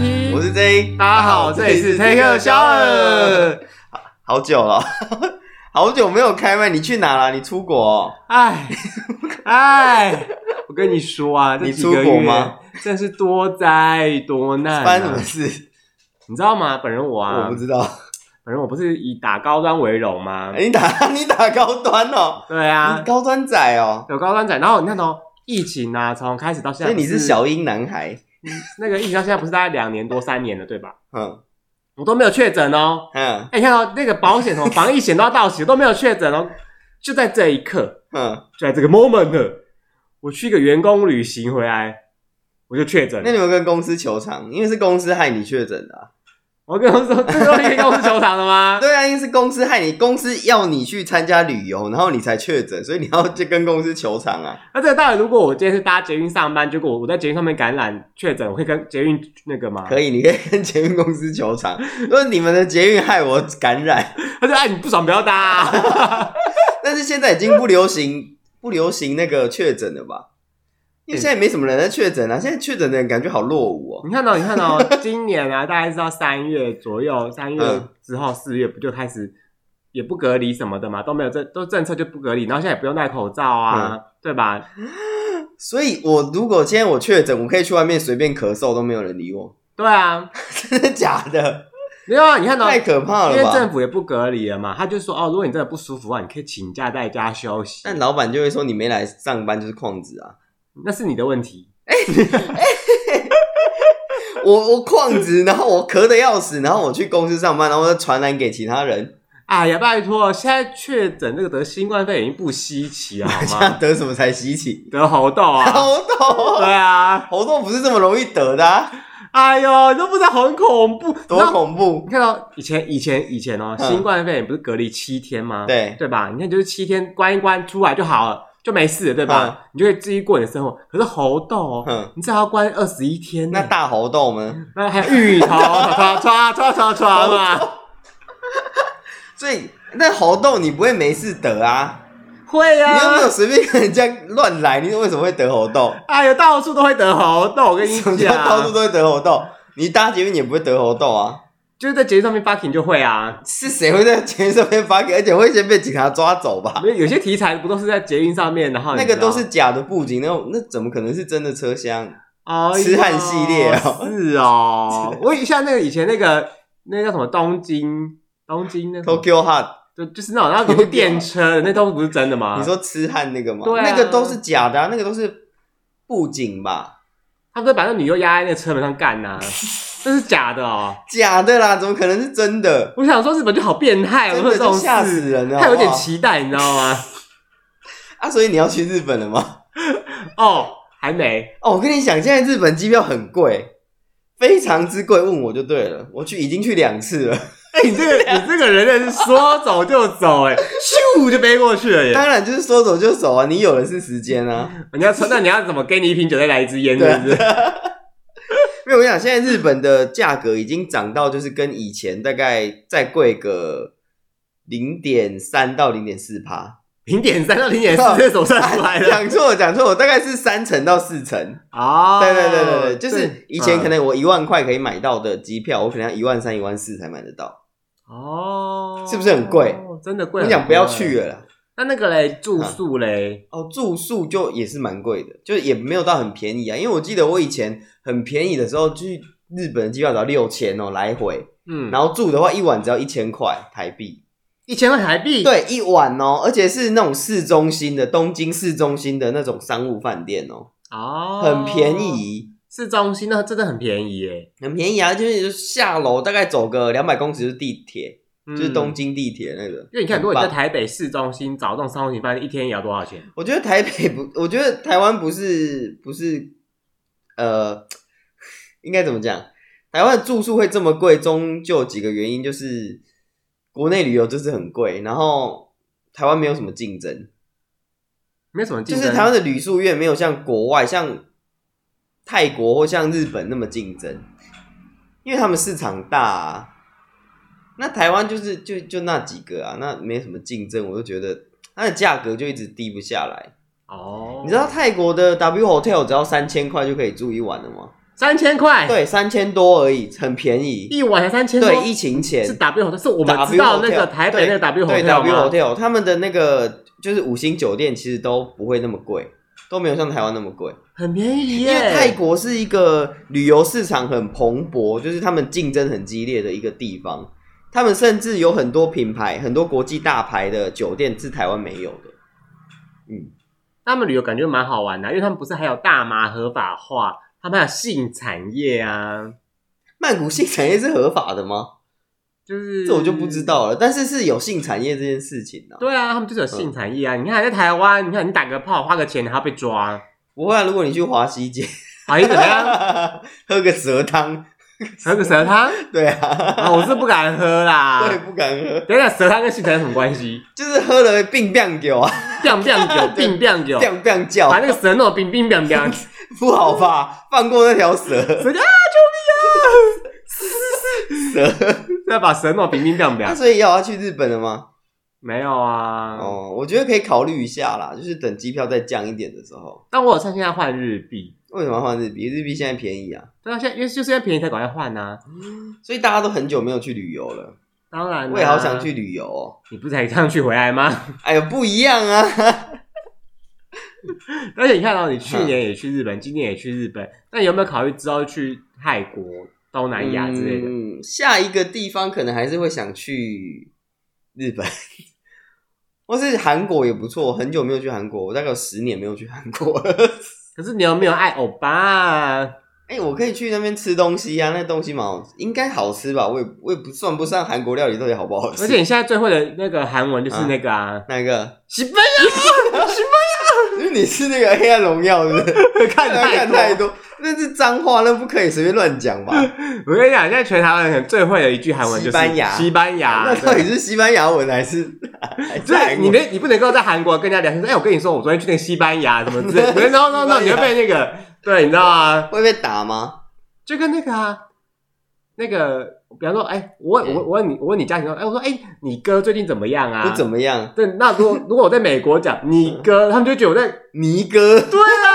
听，大家好，这里是 Take a Shower。好久了， 好久没有开麦，你去哪了？你出国哦、 哎哎，我跟你说啊，这你几个出国月吗真是多灾多难、发生什啊么，事？你知道吗？本人我啊我不，知道。本人我不是以打高端为荣吗？哎你打 你打高端哦、对啊你，高端仔哦、有高端仔，然后你看哦，疫情啊，从开始到现所在以不，你是小英男孩。那个疫情到现在不是大概两年多三年了，对吧？嗯我都没有确诊哦。嗯哎、你看哦，那个保险哦，防疫险都要到期，都没有确诊哦。就在这一刻，嗯，就在这个 moment，了我去一个员工旅行回来，我就确诊了那。你们跟公司求偿，因为是公司害你确诊的啊、我跟他说，这个东西可以跟我是球场的吗？ 对啊，因为是公司害你，公司要你去参加旅游，然后你才确诊，所以你要去跟公司求偿啊。那这个道理，如果我今天是搭捷运上班，结果我在捷运上面感染确诊，我会跟捷运那个吗？可以，你可以跟捷运公司求偿，说你们的捷运害我感染。他说：“哎，你不爽不要搭、 啊。但是现在已经不流行 不流行那个确诊了吧？因为现在也没什么人在确诊啊，嗯现在确诊的人感觉好落伍哦”。你看到、你看到、今年啊，大概是到三月左右，三月嗯之后四月不就开始也不隔离什么的嘛，都没有政都政策就不隔离，然后现在也不用戴口罩啊，嗯对吧？所以，我如果今天我确诊，我可以去外面随便咳嗽都没有人理我， 对啊，真的假的？没有啊，你看到、太可怕因了为吧政？府也不隔离了嘛，他就说哦，如果你真的不舒服啊，你可以请假在家休息，但老板就会说你没来上班就是旷职啊， 那是你的问题。我我旷职，然后我咳的要死，然后我去公司上班，然后再传染给其他人，哎呀，拜托，现在确诊这个得新冠肺炎已经不稀奇了，好那 吗？得什么才稀奇？得猴痘啊， 猴痘，对啊，猴痘不是这么容易得的、啊，哎呦，你都不知道很恐怖，多怖！恐怖！你看到以前以前以前哦，嗯新冠肺炎不是隔离七天吗？对对吧？你看就是七天关一关出来就好了，就没事了，对吧？嗯你就可以自己过你的生活。可是猴痘哦，哼，你至少要关二十一天呢嗯那，大猴痘呢？那还有芋头，刷刷刷刷刷嘛， 所以那猴痘你不会没事得啊？会你又没啊。有随便跟人家乱来，你为什么会得猴痘？哎呦，到处都会得猴痘，我跟你什么叫到处讲，都会得猴痘？你搭捷运也不会得猴痘啊？就是在节目上面 fucking 就会啊。是谁会在捷运上面发给，而且会先被警察抓走吧？没有，有些题材不都是在捷运上面，然后你啊那个知道都是假的布景，那种那怎么可能是真的车厢？哦痴汉系列哦是 哦，我以像那个以前那个那个叫什么东京东京那个 Tokyo Hot，就就是那种然后有个电车的那都不是真的吗？ 你说痴汉那个吗？啊对啊那个都是假的、啊，那个都是布景吧？他们都把那女优压在那个车门上干 呐、这是假的哦！假的啦，怎么可能是真的？我想说日本就好变态哦，真我说的这种就事吓死人了，他有点好不好期待，你知道吗？啊！所以你要去日本了吗？哦，还没，哦，我跟你讲，现在日本机票很贵，非常之贵，问我就对了。我去已经去两次了， 哎、你这 个你这个人真的是说走就走、哎，咻就飞过去了耶！当然就是说走就走啊，你有的是时间啊。你要抽，那你要怎么给你一瓶酒再来一支烟，对是啊不是？因为我想现在日本的价格已经涨到就是跟以前大概再贵个零点三到零点四趴，零点三到零点四，这手算出 来的 讲错讲错，我大概是三成到四成。哦嗯对对对对对，就是以前可能我一万块可以买到的机票，我可能要一万三、一万四才买得嗯到。哦，是不是很贵？真的贵。我讲不要去了。了啦。那那个嘞，住宿嘞，哦，住宿就也是蛮贵的，就也没有到很便宜啊。因为我记得我以前很便宜的时候去日本的机票只要六千哦来回，嗯，然后住的话一晚只要一千块台币。一千块台币，，对，一晚哦，而且是那种市中心的东京市中心的那种商务饭店哦，哦，很便。宜，市中心那真的很便宜耶，很便宜啊！就是你就下楼大概走个两百公尺就是地铁，就就是东。京地铁那个。嗯因为你看，如果你在很棒台北市中心找这种商务型饭店，一天也要多少钱？我觉得台北不，我觉得台湾不是不是，呃，应该怎么讲？台湾的住宿会这么贵，终究有几个原因，就是国内旅游就是很贵，然后台湾没有什么竞争，没什么竞就争，是台湾的旅宿业没有像国外、像泰国或像日本那么竞争，因为他们市场大、啊。那台湾就是就就那几个啊，那没什么竞争，我就觉得它的价格就一直低不下来。哦，你知道泰国的 W Hotel 只要三千块就可以住一晚了吗？三千块，对，三千多而已，很便宜。一晚才三千，对，疫情前是 W Hotel，是我们 W 知道那个 Hotel，台北那个 W 对 Hotel W 吗？ Hotel 他们的那个就是五星酒店，其实都不会那么贵，都没有像台湾那么贵。很便宜因耶，为泰国是一个旅游市场很蓬勃，就是他们竞争很激烈的一个地方。他们甚至有很多品牌、很多国际大牌的酒店是台湾没有的。嗯，他们旅游感觉蛮好玩的，因为他们不是还有大麻合法化，他们还有性产业啊，曼谷性产业是合法的吗？就是这我就不知。道了。但是是有性产业这件事情啊。对啊，他们就是有性产业啊！你看在台湾，你看你打个炮花个钱，然后被抓，不会啊，如果你去华西街，啊，你怎么样？喝个蛇汤，喝个蛇汤对啊，啊？我是不敢喝啦。对，不敢喝，等一下，蛇汤跟性产有什么关系？就是喝了会病病酒啊， biang biang 酒，对病 biang 酒，病病叫，把那个蛇弄得冰冰凉凉，不好吧？放过那条蛇，蛇就啊，救蛇。命！再把蛇弄得冰冰凉那凉。所以要要去日本了吗？没有啊，哦，我觉得可以考虑一下啦，就是等机票再降一点的时候。但我有趁现在换日币，为什么要换日币？日币现在便宜啊，对啊，现在因为就是因为便宜才赶快换啊。所以大家都很久没有去旅游了。当然、啊我也好想去。旅游哦。你不是才刚去回来吗？ 哎呦，不一样啊！而且你看到、你去年也去日嗯本，今年也去日本，那有没有考虑之后去泰国、东南亚之类的？嗯，下一个地方可能还是会想去日本， 或是韩国也不错。我很久没有去韩国，我大概有十年没有去韩国了。 可是你有没有爱欧巴、啊？哎、我可以去那边吃东西啊，那东西蛮好，应该好吃吧？我也我也不算不上韩国料理到底好不好吃。而且你现在最会的那个韩文嗯就是那个啊，哪一个？ 西班牙，西因为你是那个黑暗荣耀是 不是？班牙，看看太看多。太多，那是脏话，那不可以随便乱讲吧？ 我跟你讲，现在全台湾人最会的一句韩文就是西班牙西班牙那。到底是西班牙文还是？ 还是对，韩你文连你不能够在韩国跟人家聊天说，哎、我跟你说，我昨天去那个西班牙什么之类 的，no no no，你会被那个，对，你知道吗？会被打吗？就跟那个啊，那个，比方说，哎、我问我我问你，我问你家庭说，哎、我说，哎、你哥最近怎么样啊？嗯不怎么嗯样，对，那 如果如果我在美国讲你哥，他们就觉得我在尼哥。对啊，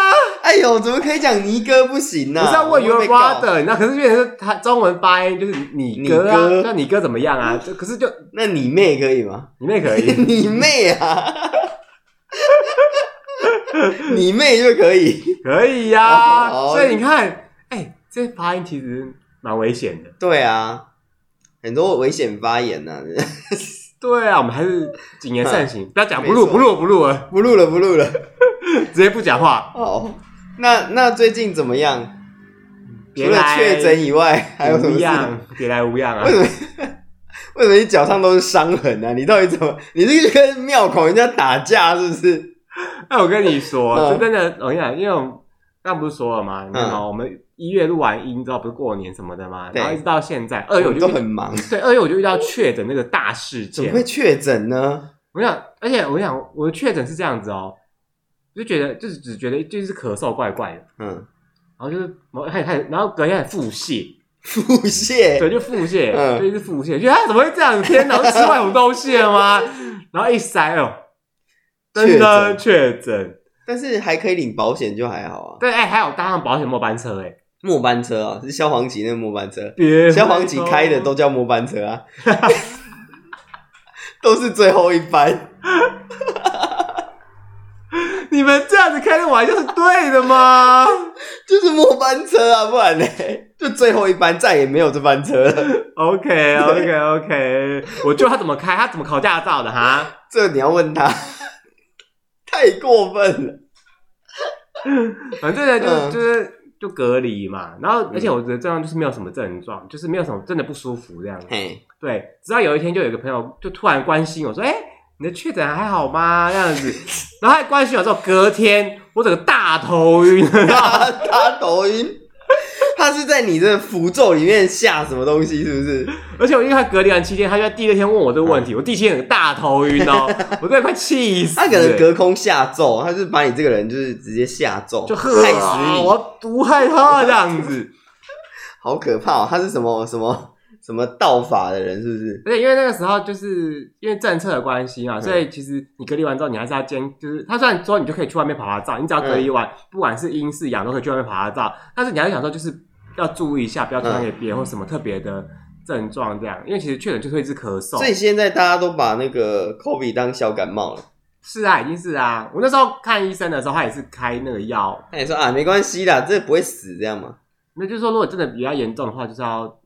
哎呦，怎么可以讲尼哥不行呢、我是要问我会 your 被告 brother，那可是变成是他中文发音就是你哥你哥嗯啊，那你哥怎么样啊？就可是就那你妹可以 吗？你妹可以，你妹啊！ 你妹就可以。可以呀、 哦哦所以你看，哎、这发音其实蛮危险的。对啊，很多危险发言啊呐、对啊，我们还是谨言慎行，不要讲不嗯没录错不录不录了， 不录了，不录了。直接不讲话。哦，那那最近怎么样？除别了来确诊以外，还有什么无事？恙，别来无恙啊为！什么？为什么你脚上都是伤痕啊？你到底怎么？你是去跟庙口人家打架是不是？哎，我跟你说，嗯这真的，我跟你讲，因为我们刚不是说了吗？你看哦，我们一月录完音之后，不是过年什么的吗？对然后一直到现在二月，我我都哎就很遇忙，对二月我就遇到确诊那个大事怎么件。会确诊呢？我想，而且我想，我的确诊是这样子哦，我就觉得就是只觉得就是咳嗽怪怪的，嗯，然后就是我开始开始，然后隔天还腹泻，腹泻，对，就腹泻，嗯对，就是腹泻，觉得他怎么会这样？天哪，我吃坏什么东西了 吗？然后一塞哦，真的确诊。但是还可以领保险就还好啊。对，哎、还有搭上保险末班车、哎，末班车啊，是消防局那个末班车，别消防局开的都叫末班车啊， 都是最后一班。你们这样子开的玩笑是对的吗？就是末班车啊，不然呢？就最后一班，再也没有这班车了。 OK OK OK，我就他怎么开，他怎么考驾照的哈？这你要问他， 太过分了。反正呢，就是、嗯就是就隔离嘛。然后，而且我的症状就是没有什么症状，就是没有什么真的不舒服这样子。嘿， 对，直到有一天就有一个朋友就突然关心我说：“哎、你的确诊还好吗？”这样子，然后他关心我之后，隔天我整个大头晕， 他他抖音，他是在你的符咒里面下什么东西？是不是？而且我因为他隔离完期间，他就在第二天问我这个问题，我第七天整个大头晕哦，我真的快气死了。他可能隔空下咒，他是把你这个人就是直接下咒，就害死啊你，我要毒害他这样子。好可怕、哦！他是什么什么什么道法的人？是不是？而且因为那个时候就是因为政策的关系嗯嘛，所以其实你隔离完之后，你还是要监，就是他虽然啊嗯说你就可以去外面爬爬照，你只要隔离完，不管是阴是阳都可以去外面爬爬照，但是你还是想说就是要注意一下，不要传染嗯给别人、或什么特别的症状这样，因为其实确诊就是一直咳嗽，所以现在大家都把那个 COVID 当小感冒了。是啊，已经是啊。我那时候看医生的时候，他也是开那个药，那你说啊，没关系啦，这不会死这样吗？那就是说如果真的比较严重的话，就是要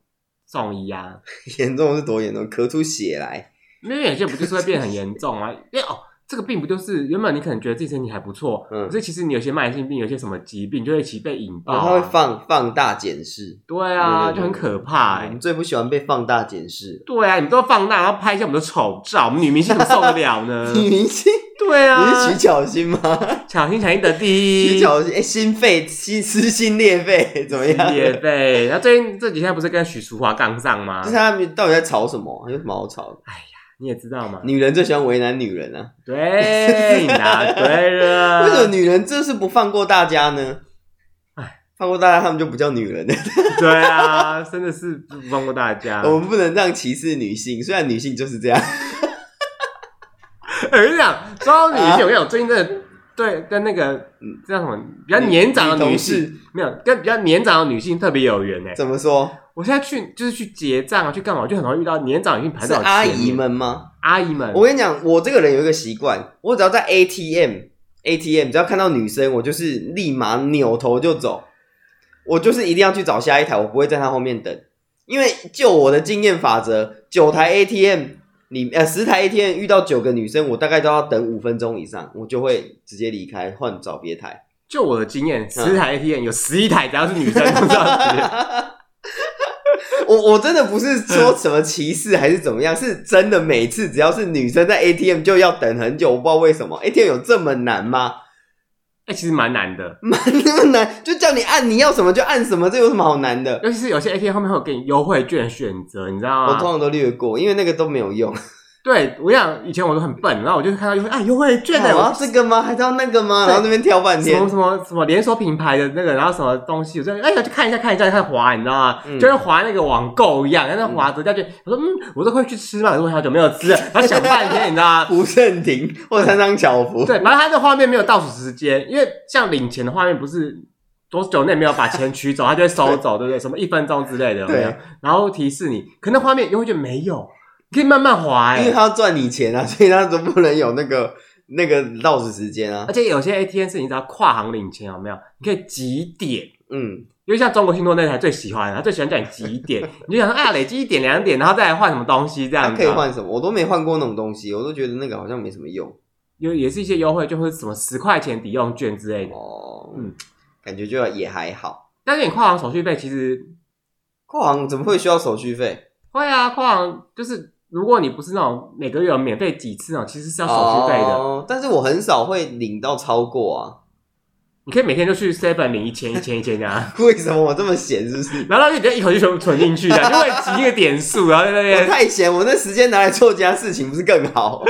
送医啊。严重是多严重？咳出血来，因为有些不就是会变很严重啊？因为哦，这个病不就是原本你可能觉得自己身体还不错，嗯可是其实你有些慢性病，有些什么疾病就会一起被引爆、啊然后它会放放大检视。对啊，对对对就很可怕、我欸们。最不喜欢被放大检视。对啊，你们都放大，然后拍一下我们的丑照，我们女明星怎么受得了 呢？女明星，对呃啊，你是徐巧芯吗？抢心抢心得第一，徐巧芯，哎，心肺心撕心裂肺，怎么样？也被。然后最近这几天不是跟许淑华杠上吗就是？他们到底在吵什么？有什么好吵的？你也知道嘛，女人最喜欢为难女人啊！对，你答对了。为什么女人就是不放过大家呢？哎，放过大家，他们就不叫女人了。对啊，真的是不放过大家。 我们不能这样歧视女性，虽然女性就是这样。我跟你讲，说到女性，啊我跟你讲，我最近真的对跟那个嗯这叫什么比较年长的女 女性，没有跟比较年长的女性特别有缘哎、怎么说？我现在去就是去结账啊，去干嘛，我就很容易遇到年长女性排是到阿姨，们吗？阿姨们，我跟你讲，我这个人有一个习惯，我只要在 ATM ATM 只要看到女生，我就是立马扭头就走，我就是一定要去找下一台，我不会在她后面等，因为就我的经验法则，九台 ATM 里呃十台 ATM 遇到九个女生，我大概都要等五分钟以上，我就会直接离开，换找别台。就我的经验，嗯十台 ATM 有十一台只要是女生都这 样子，我我真的不是说什么歧视还是怎么样，是真的每次只要是女生在 ATM 就要等很久，我不知道为什么 ATM 有这么难吗？哎、其实蛮难的， 蛮那么难，就叫你按你要什么就按什么，这有什么好难的？尤其是有些 ATM 后面会有给你优惠券选择，你知道我通吗？常都略过，因为那个都没有用。对，我想以前我都很笨，然后我就看到优惠，啊，优惠券的，我要我哦这个吗？还是要那个吗？然后那边挑半什么天。什么什么连锁品牌的那个，然后什么东西，我就哎呀去看一下看一下看滑，你知道吗？嗯就跟滑那个网购一样，在那滑折价券。我说嗯，我都会去吃嘛，可是我好久没有吃了，然后想半天，你知道吗？胡胜廷或三张巧福，对，然后它的画面没有倒数时间，因为像领钱的画面不是多久内没有把钱取走，它就会收走，对不对？什么一分钟之类的，有没有对？然后提示你，可那画面优惠券没有，你可以慢慢滑、因为欸，他要赚你钱啊，所以他总不能有那个那个倒数时间啊而。且有些 ATM 是你只要跨行领钱，有没有？你可以几点？嗯，因为像中国信托那台最喜欢，他最喜欢叫你积一 点，你就想说啊，累积一点两点，然后再来换什么东西这他样子可以啊。换什么？我都没换过那种东西，我都觉得那个好像没什么用有也是一些优惠，就会什么十块钱抵用券之类的。哦。嗯嗯，感觉就也还好。但是你跨行手续费其实跨行怎么会需要手续费？会啊，跨行就是如果你不是那种每个月有免费几次那种，其实是要手续费的。哦但是我很少会领到超过啊。 你可以每天就去 seven 领一千一千一千这样， 为什么我这么闲？是不是？然后就直接一口气全部存进去的，就会集一个点数，然后在那我 边。太闲，我那时间拿来做其他事情不是更好？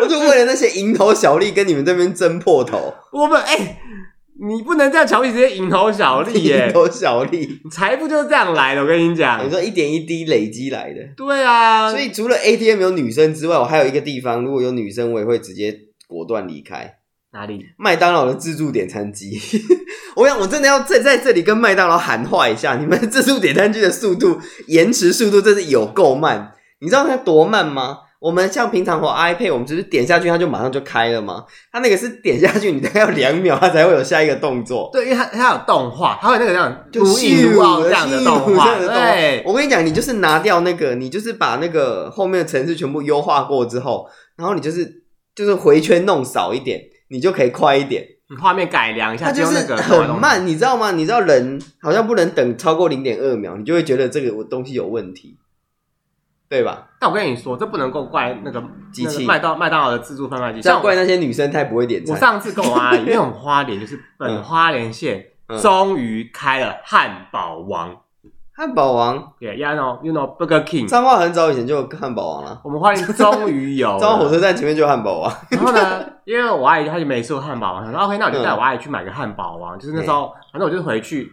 我就为了那些蝇头小利跟你们这边争破头，我们哎、你不能这样瞧不起这些蝇头小利蝇 耶、嗯头小利，财富就是这样来的。我跟你讲 你，说一点一滴累积来的。对啊，所以除了 ATM 有女生之外，我还有一个地方，如果有女生，我也会直接果断离开。哪里？麦当劳的自助点餐机， 我想我真的要在在这里跟麦当劳喊话一下，你们自助点餐机的速度延迟速度真是有够慢，你知道它多慢吗？我们像平常滑 iPad，我们只是点下去它就马上就开了嘛，它那个是点下去你大概要两秒它才会有下一个动作，对，因为它它有动画，它有那个这样就如意如奥咻这样的咻动画，这样的动画对，我跟你讲，你就是拿掉那个，你就是把那个后面的城市全部优化过之后，然后你就是就是回圈弄少一点，你就可以快一点。你画面改良一下，它就是用那个很，慢，你知道吗？你知道人好像不能等超过零点二秒，你就会觉得这个东西有问题，对吧？但我跟你说，这不能够怪那个机器那个麦当麦当劳的自助贩卖机，这像样怪我那些女生太不会点我餐。上次跟我阿姨，因为我们花莲 就是本嗯花莲县嗯终于开了汉堡王，汉堡王，对，you know you know Burger King，彰化很早以前就有汉堡王了，我们花莲终于有 了彰化火车站前面就有汉堡王。 然后呢，因为我阿姨她就没吃过汉堡王，想说 OK，那我就嗯带我阿姨去买个汉堡王。就是那时候，反正我就回去，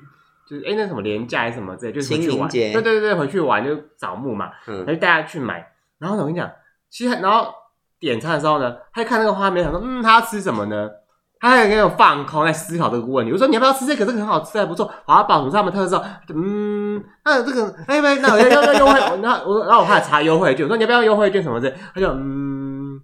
就是哎、那什么廉价还是什么之类，就是回去清明玩。节对对对，对回去玩就扫墓嘛，我嗯，就带她去买。然后呢，我跟你讲，其实然后点餐的时候呢，她就看那个画面，想说嗯，她要吃什么呢？他还有那种放空在思考这个问题。我说你要不要吃这个？这个很好吃，还不错。好，保存他们特色。嗯，那这个，哎不，那我要要要优惠。 那我然后我还查优惠券，我说你要不要优惠券什么的？他就嗯，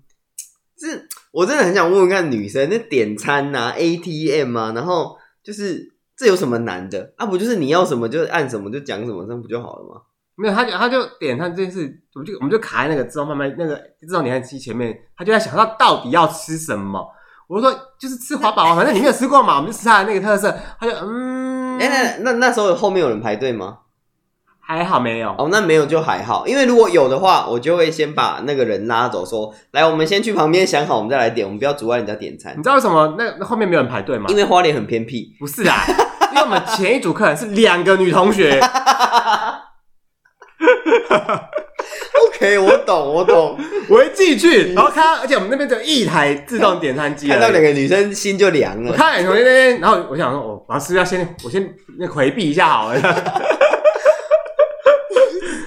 是 我真的很想问问看女生，那点餐呐、ATM 啊，然后就是这有什么难的啊？不就是你要什么就按什么就讲什么，这样不就好了吗？没有，他就他就点他这件事，我们就我们就卡在那个自动贩卖那个自动点餐机前面，他就在想到到底要吃什么。我说就是吃华堡啊，反正你没有吃过嘛，我们就吃它的那个特色。他就嗯，哎、那那那时候后面有人排队吗？还好没有。哦，那没有就还好，因为如果有的话，我就会先把那个人拉走，说来，我们先去旁边想好，我们再来点，我们不要阻碍人家点餐你，知道为什么那那后面没有人排队吗因？为花莲很偏僻。不是啊，因为我们前一组客人是两个女同学， OK，我懂，我懂，我一进去，然后看到，而且我们那边只有一台自动点餐机而已， 看到两个女生心就凉我了。看到两个同学那边，然后我想说，我我是不是要先我先那回避一下好了？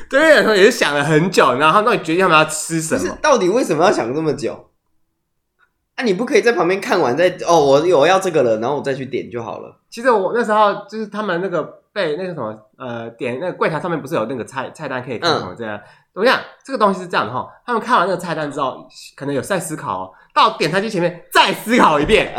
对面两个同学也是想了很久，然后他们到底决定他们要吃什不是么。，到底为什么要想这么久？啊，你不可以在旁边看完再哦，我有要这个了，然后我再去点就好了。 其实我那时候就是他们那个被那个什么呃点那个柜台上面不是有那个菜菜单可以看什么这样。我想这个东西是这样的哈，他们看完那个菜单之后，可能有在思考、哦，到点餐机前面再思考一遍。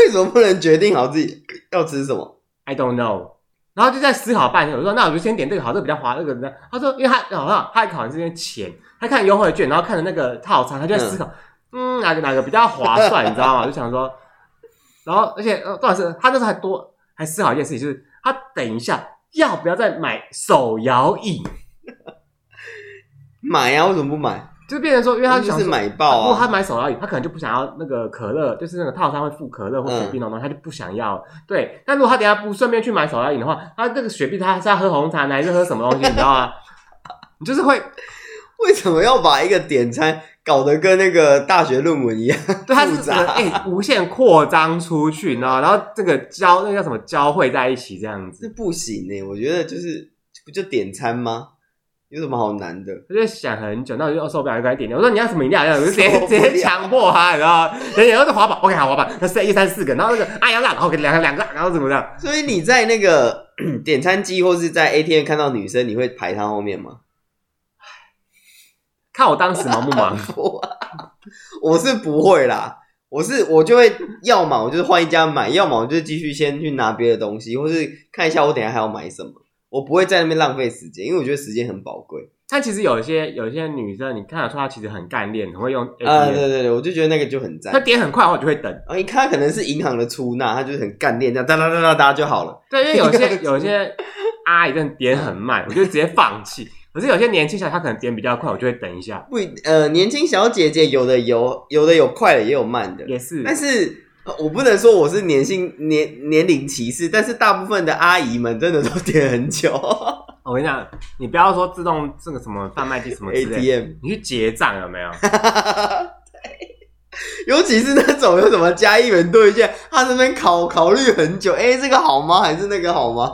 为什么不能决定好自己要吃什么？ I don't know，然后就在思考半天。我说那我就先点这个好，这个比较划，这个比较……他说，因为他好像他考虑这些钱，他看优惠券，然后看着那个套餐，他就在思考，嗯哪个哪个比较划算，你知道吗？就想说，然后而且呃，段老师他那时候还多还思考一件事情，就是他等一下要不要再买手摇椅，买呀、啊，为什么不买？就变成说，因为他就啊想是说。买爆如果他啊！买手摇椅，他可能就不想要那个可乐，就是那个套餐会附可乐或雪碧那种东西，他就不想要。对，但如果他等一下不顺便去买手摇饮的话，他这个雪碧他是要喝红茶呢，还是喝什么东西？你知道吗？你就是 会，为什么要把一个点餐搞得跟那个大学论文一样？对，他复是杂整个哎、无限扩张出去，你知道吗？然后这个交那个叫什么交汇在一起这样这子，不行呢、我觉得就是不就点餐吗？有什么好难的？我就想很久，那我就受不了，就赶紧点点。我说你要什么饮料？我就 直接受不了直接强迫他，你知道 吗？人家都是滑板，OK，好滑板，那三一三四个，然后那个哎呀辣，然后给两个两个，然后怎么样？所以你在那个 点餐机或是在 ATM 看到女生，你会排她后面吗？ 看我当时忙不忙？我我是不会啦，我是我就会要么我就是换一家买，要么我就继续先去拿别的东西，或是看一下我等一下还要买什么。我不会在那边浪费时间，因为我觉得时间很宝贵。但其实有一些有一些女生，你看得出她其实很干练，很会用 A 啊， P 对 P，对对，我就觉得那个就很赞她。点很快，我就会等。啊，你看他可能是银行的出纳，他就是很干练，这样哒哒哒哒哒就好了。对，因为有 些有些阿姨真的点很慢，我就直接放弃。可是有些年轻小孩，她可能点比较快，我就会等一下。不一，呃，年轻小姐姐有的有，有的有快的，也有慢的。也是，但是呃我不能说我是年性年年龄歧视，但是大部分的阿姨们真的都点很 久。我跟你讲，你不要说自动这个什么贩卖机什么之类的， ATM 你去结账有没有？尤其是那种有什么加一元兑现，他这边考考虑很久，哎、这个好吗？还是那个好吗？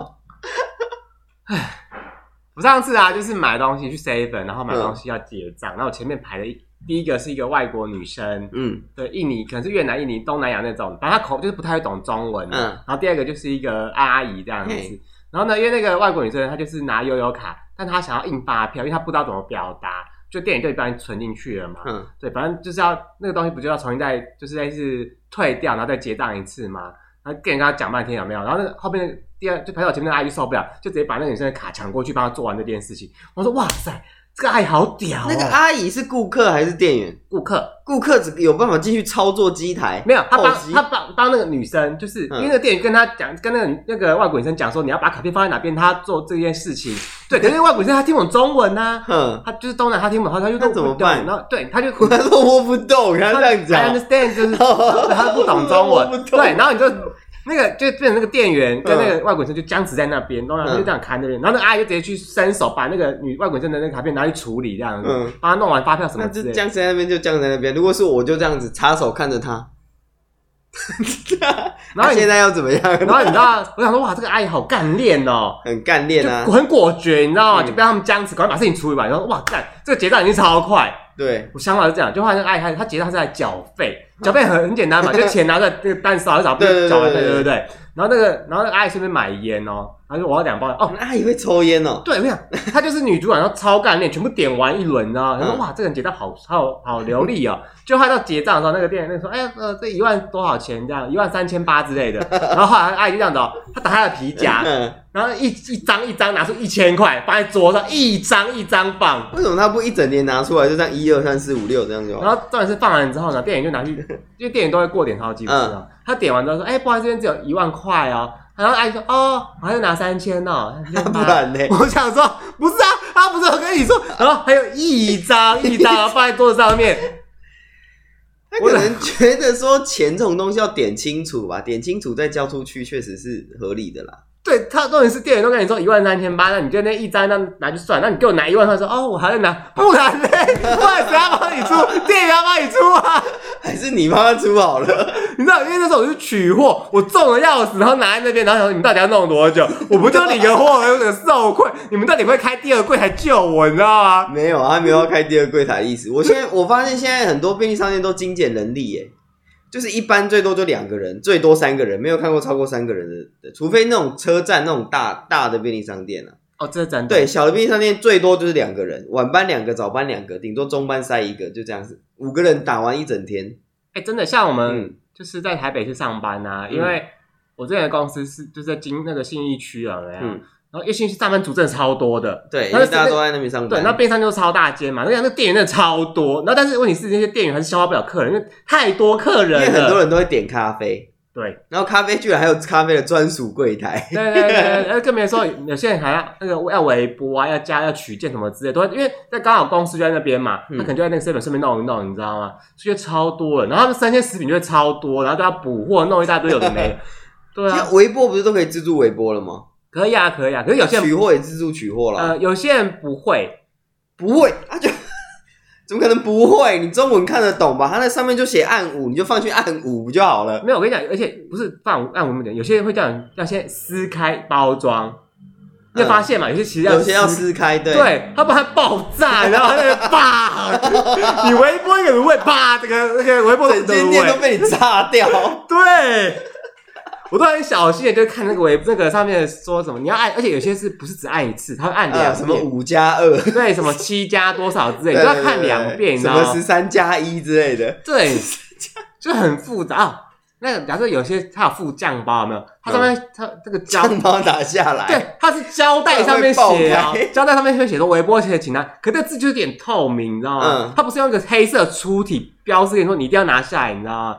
我上次啊，就是买东西去 seven，然后嗯买东西要结账，然后我前面排的一第一个是一个外国女生，嗯，对，印尼可能是越南、印尼、东南亚那种，反正他口就是不太会懂中文。嗯嗯，然后第二个就是一个阿姨这样嘿子。然后呢，因为那个外国女生她就是拿悠游卡，但她想要印发票，因为她不知道怎么表达，就电影就帮你存进去了嘛。嗯对，反正就是要那个东西不就要重新再就是类似退掉，然后再结账一次嘛。然后店员跟她讲半天有没有？然后那个后面的第二就排到我前面的阿姨受不了，就直接把那个女生的卡抢过去帮她做完这件事情。我说哇塞，这个阿姨好屌、哦！那个阿姨是顾客还是店员？顾客顾客只有办法进去操作机台，没有，他帮后机他帮帮那个女生，就是因嗯为那个店员跟他讲，跟那个那个外国女生讲说，你要把卡片放在哪边，他做这件事情。对，可是那个外国女生她听不懂中文呐、哼， 她就是东南她听不懂，她就那怎么办然后对，她 就他说摸不动，他这样，I 讲， understand，就是她不懂中 我不文，懂对，然后你就。那个就变成那个店员跟那个外国女生就僵持在那边，然后她嗯就这样看那边，然后那个阿姨就直接去伸手把那个女外国女生的那个卡片拿去处理，这样子，嗯帮她弄完发票什么那之类就的。僵持在那边就僵持在那边。如果是我就这样子插手看着他， 然后他你现在要怎么样？然后你知道，我想说哇，这个阿姨好干练哦， 很干练啊就，很果决，你知道吗？嗯就不要他们僵持，赶快把事情处理完。然后哇，干，这个结账已经超快。对，我想法是这样，就发现哎，他他结账是在缴费，缴费很很简 单嘛，就钱拿出来，这个单扫一扫，不嗯对对就缴完对费，对对对对。然后那个，然后那个阿姨顺便买烟哦，她说我要两包，哦，那阿姨会抽烟哦，对，我想她就是女主管，然后超干练，全部点完一轮，你知道吗？然后嗯哇，这个人结账好好好流利哦。就她到结账的时候，那个店员那说，哎呀，呃，这一万多少钱？这样一万三千八之类 的。然后后来阿姨就这样子哦，她打开了皮夹，嗯，然后一一张一张拿出一千块放在桌上，一张一张放。为什么他不一整年拿出来，就这样一二三四五六这样就然好？后重点是放完之后呢，店员就拿 去，因为店员都会过点钞机，不是吗？啊嗯他点完之后说：“哎、不好意思，这边只有一万块哦。”然后阿姨说：“哦，我还要拿三千哦。那 不然呢？我想说：“不是啊，啊不是，我跟你说。”然后还有一张一张放在桌子上面， 他可能觉得说钱这种东西要点清楚吧，点清楚再交出去，确实是合理的啦。对他重点是店员都跟你说一万三千八，那你就那一张那拿去算，那你给我拿一万块，说哦我还要拿，不然嘞，不然谁要帮你出？店员要帮你出啊。还是你妈妈出好了， 你知道，因为那时候我是取货，我中了要死，然后拿在那边，然后想说你们到底要弄多久？ 我不就领个货，有点受困，你们到底会开第二柜来救我，你知道吗？没有啊，她没有要开第二柜台的意思。我现在我发现现在很多便利商店都精简人力耶，就是一般最多就两个人，最多三个人，没有看过超过三个人的，的除非那种车站那种大大的便利商店啊。哦，这是真的。对，，小的便利商店最多就是两个人，晚班两个，早班两个，顶多中班塞一个，就这样子，五个人打完一整天。哎、真的，像我们嗯就是在台北去上班啊，嗯因为我之前的公司是就是在经那个信义区啊，有没有嗯，然后一信义区上班族真的超多的。对，因那为是大家都在那边上嗯对，班。那边上就是超大街嘛，那那店员真的超多，然后但是问题是那些店员还是消化不了客人，因为太多客人因了。为很多人都会点咖啡，对，然后咖啡居然还有咖啡的专属柜台。对对对，对，更别说有些人还要那个要微波啊，要加要取件什么之类的，都因为在刚好公司就在那边嘛，他嗯可能就在那个 seven 顺便弄一弄，你知道吗？所以就超多了，然后他们生鲜食品就会超多，然后都要补货，弄一大堆有的没的。对啊像，微波不是都可以自助微波了吗？可以啊，可以啊，可是有些人取货也自助取货啦。呃，有些人不会，不会，他就怎么可能不会？你中文看得懂吧？他那上面就写按五，你就放去按五不就好了？没有我跟你讲，而且不是放按我们讲，有些人会叫你要先撕开包装，你会发现嘛，有些其实要有些要撕开，对，对，他把它爆炸，然后那个啪，你微波一个卤味，啪，这个那个微波的整间卤店都味，被你炸 掉。对。我都很小心的，就看那个微那个上面说什么，你要按，而且有些是不是只按一次，他会按两呃，什么遍，五加二，对，什么七加多少之类， 你对对都对要看两遍，你知什道么吗十？三加一之类的。对，就很复杂。啊那个假设有些它有附酱包，有没有？它上嗯面它这个胶酱包打下来，对，它是胶带上面写啊不然会爆开，胶带上面会写说微波写请拿，可这字就有点透明，你知道吗？嗯它不是用一个黑色粗体标志跟你说你一定要拿下来，你知道吗？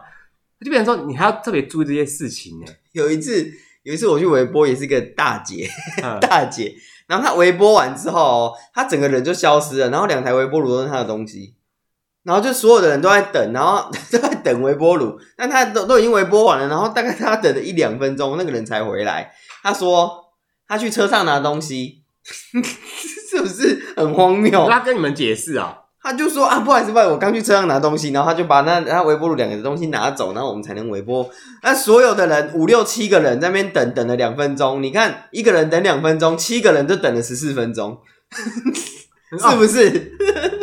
就变成说你还要特别注意这些事情呢、有一次，有一次我去微波，也是个大姐，嗯 大姐。然后她微波完之后哦，她整个人就消失了，然后两台微波炉都是她的东西，然后就所有的人都在等，然后 都在等微波炉，但她都都已经微波完了，然后大概她等了一两分钟，那个人才回来。她说她去车上拿东西， 是不是很荒谬？我要跟你们解释啊，他就说啊，不好意思，不好意思，我刚去车上拿东西，然后他就把那那微波炉两个东西拿走，然后我们才能微波。那所有的人五六七个人在那边等等了两分钟，你看一个人等两分钟，七个人就等了十四分钟，是哦不是？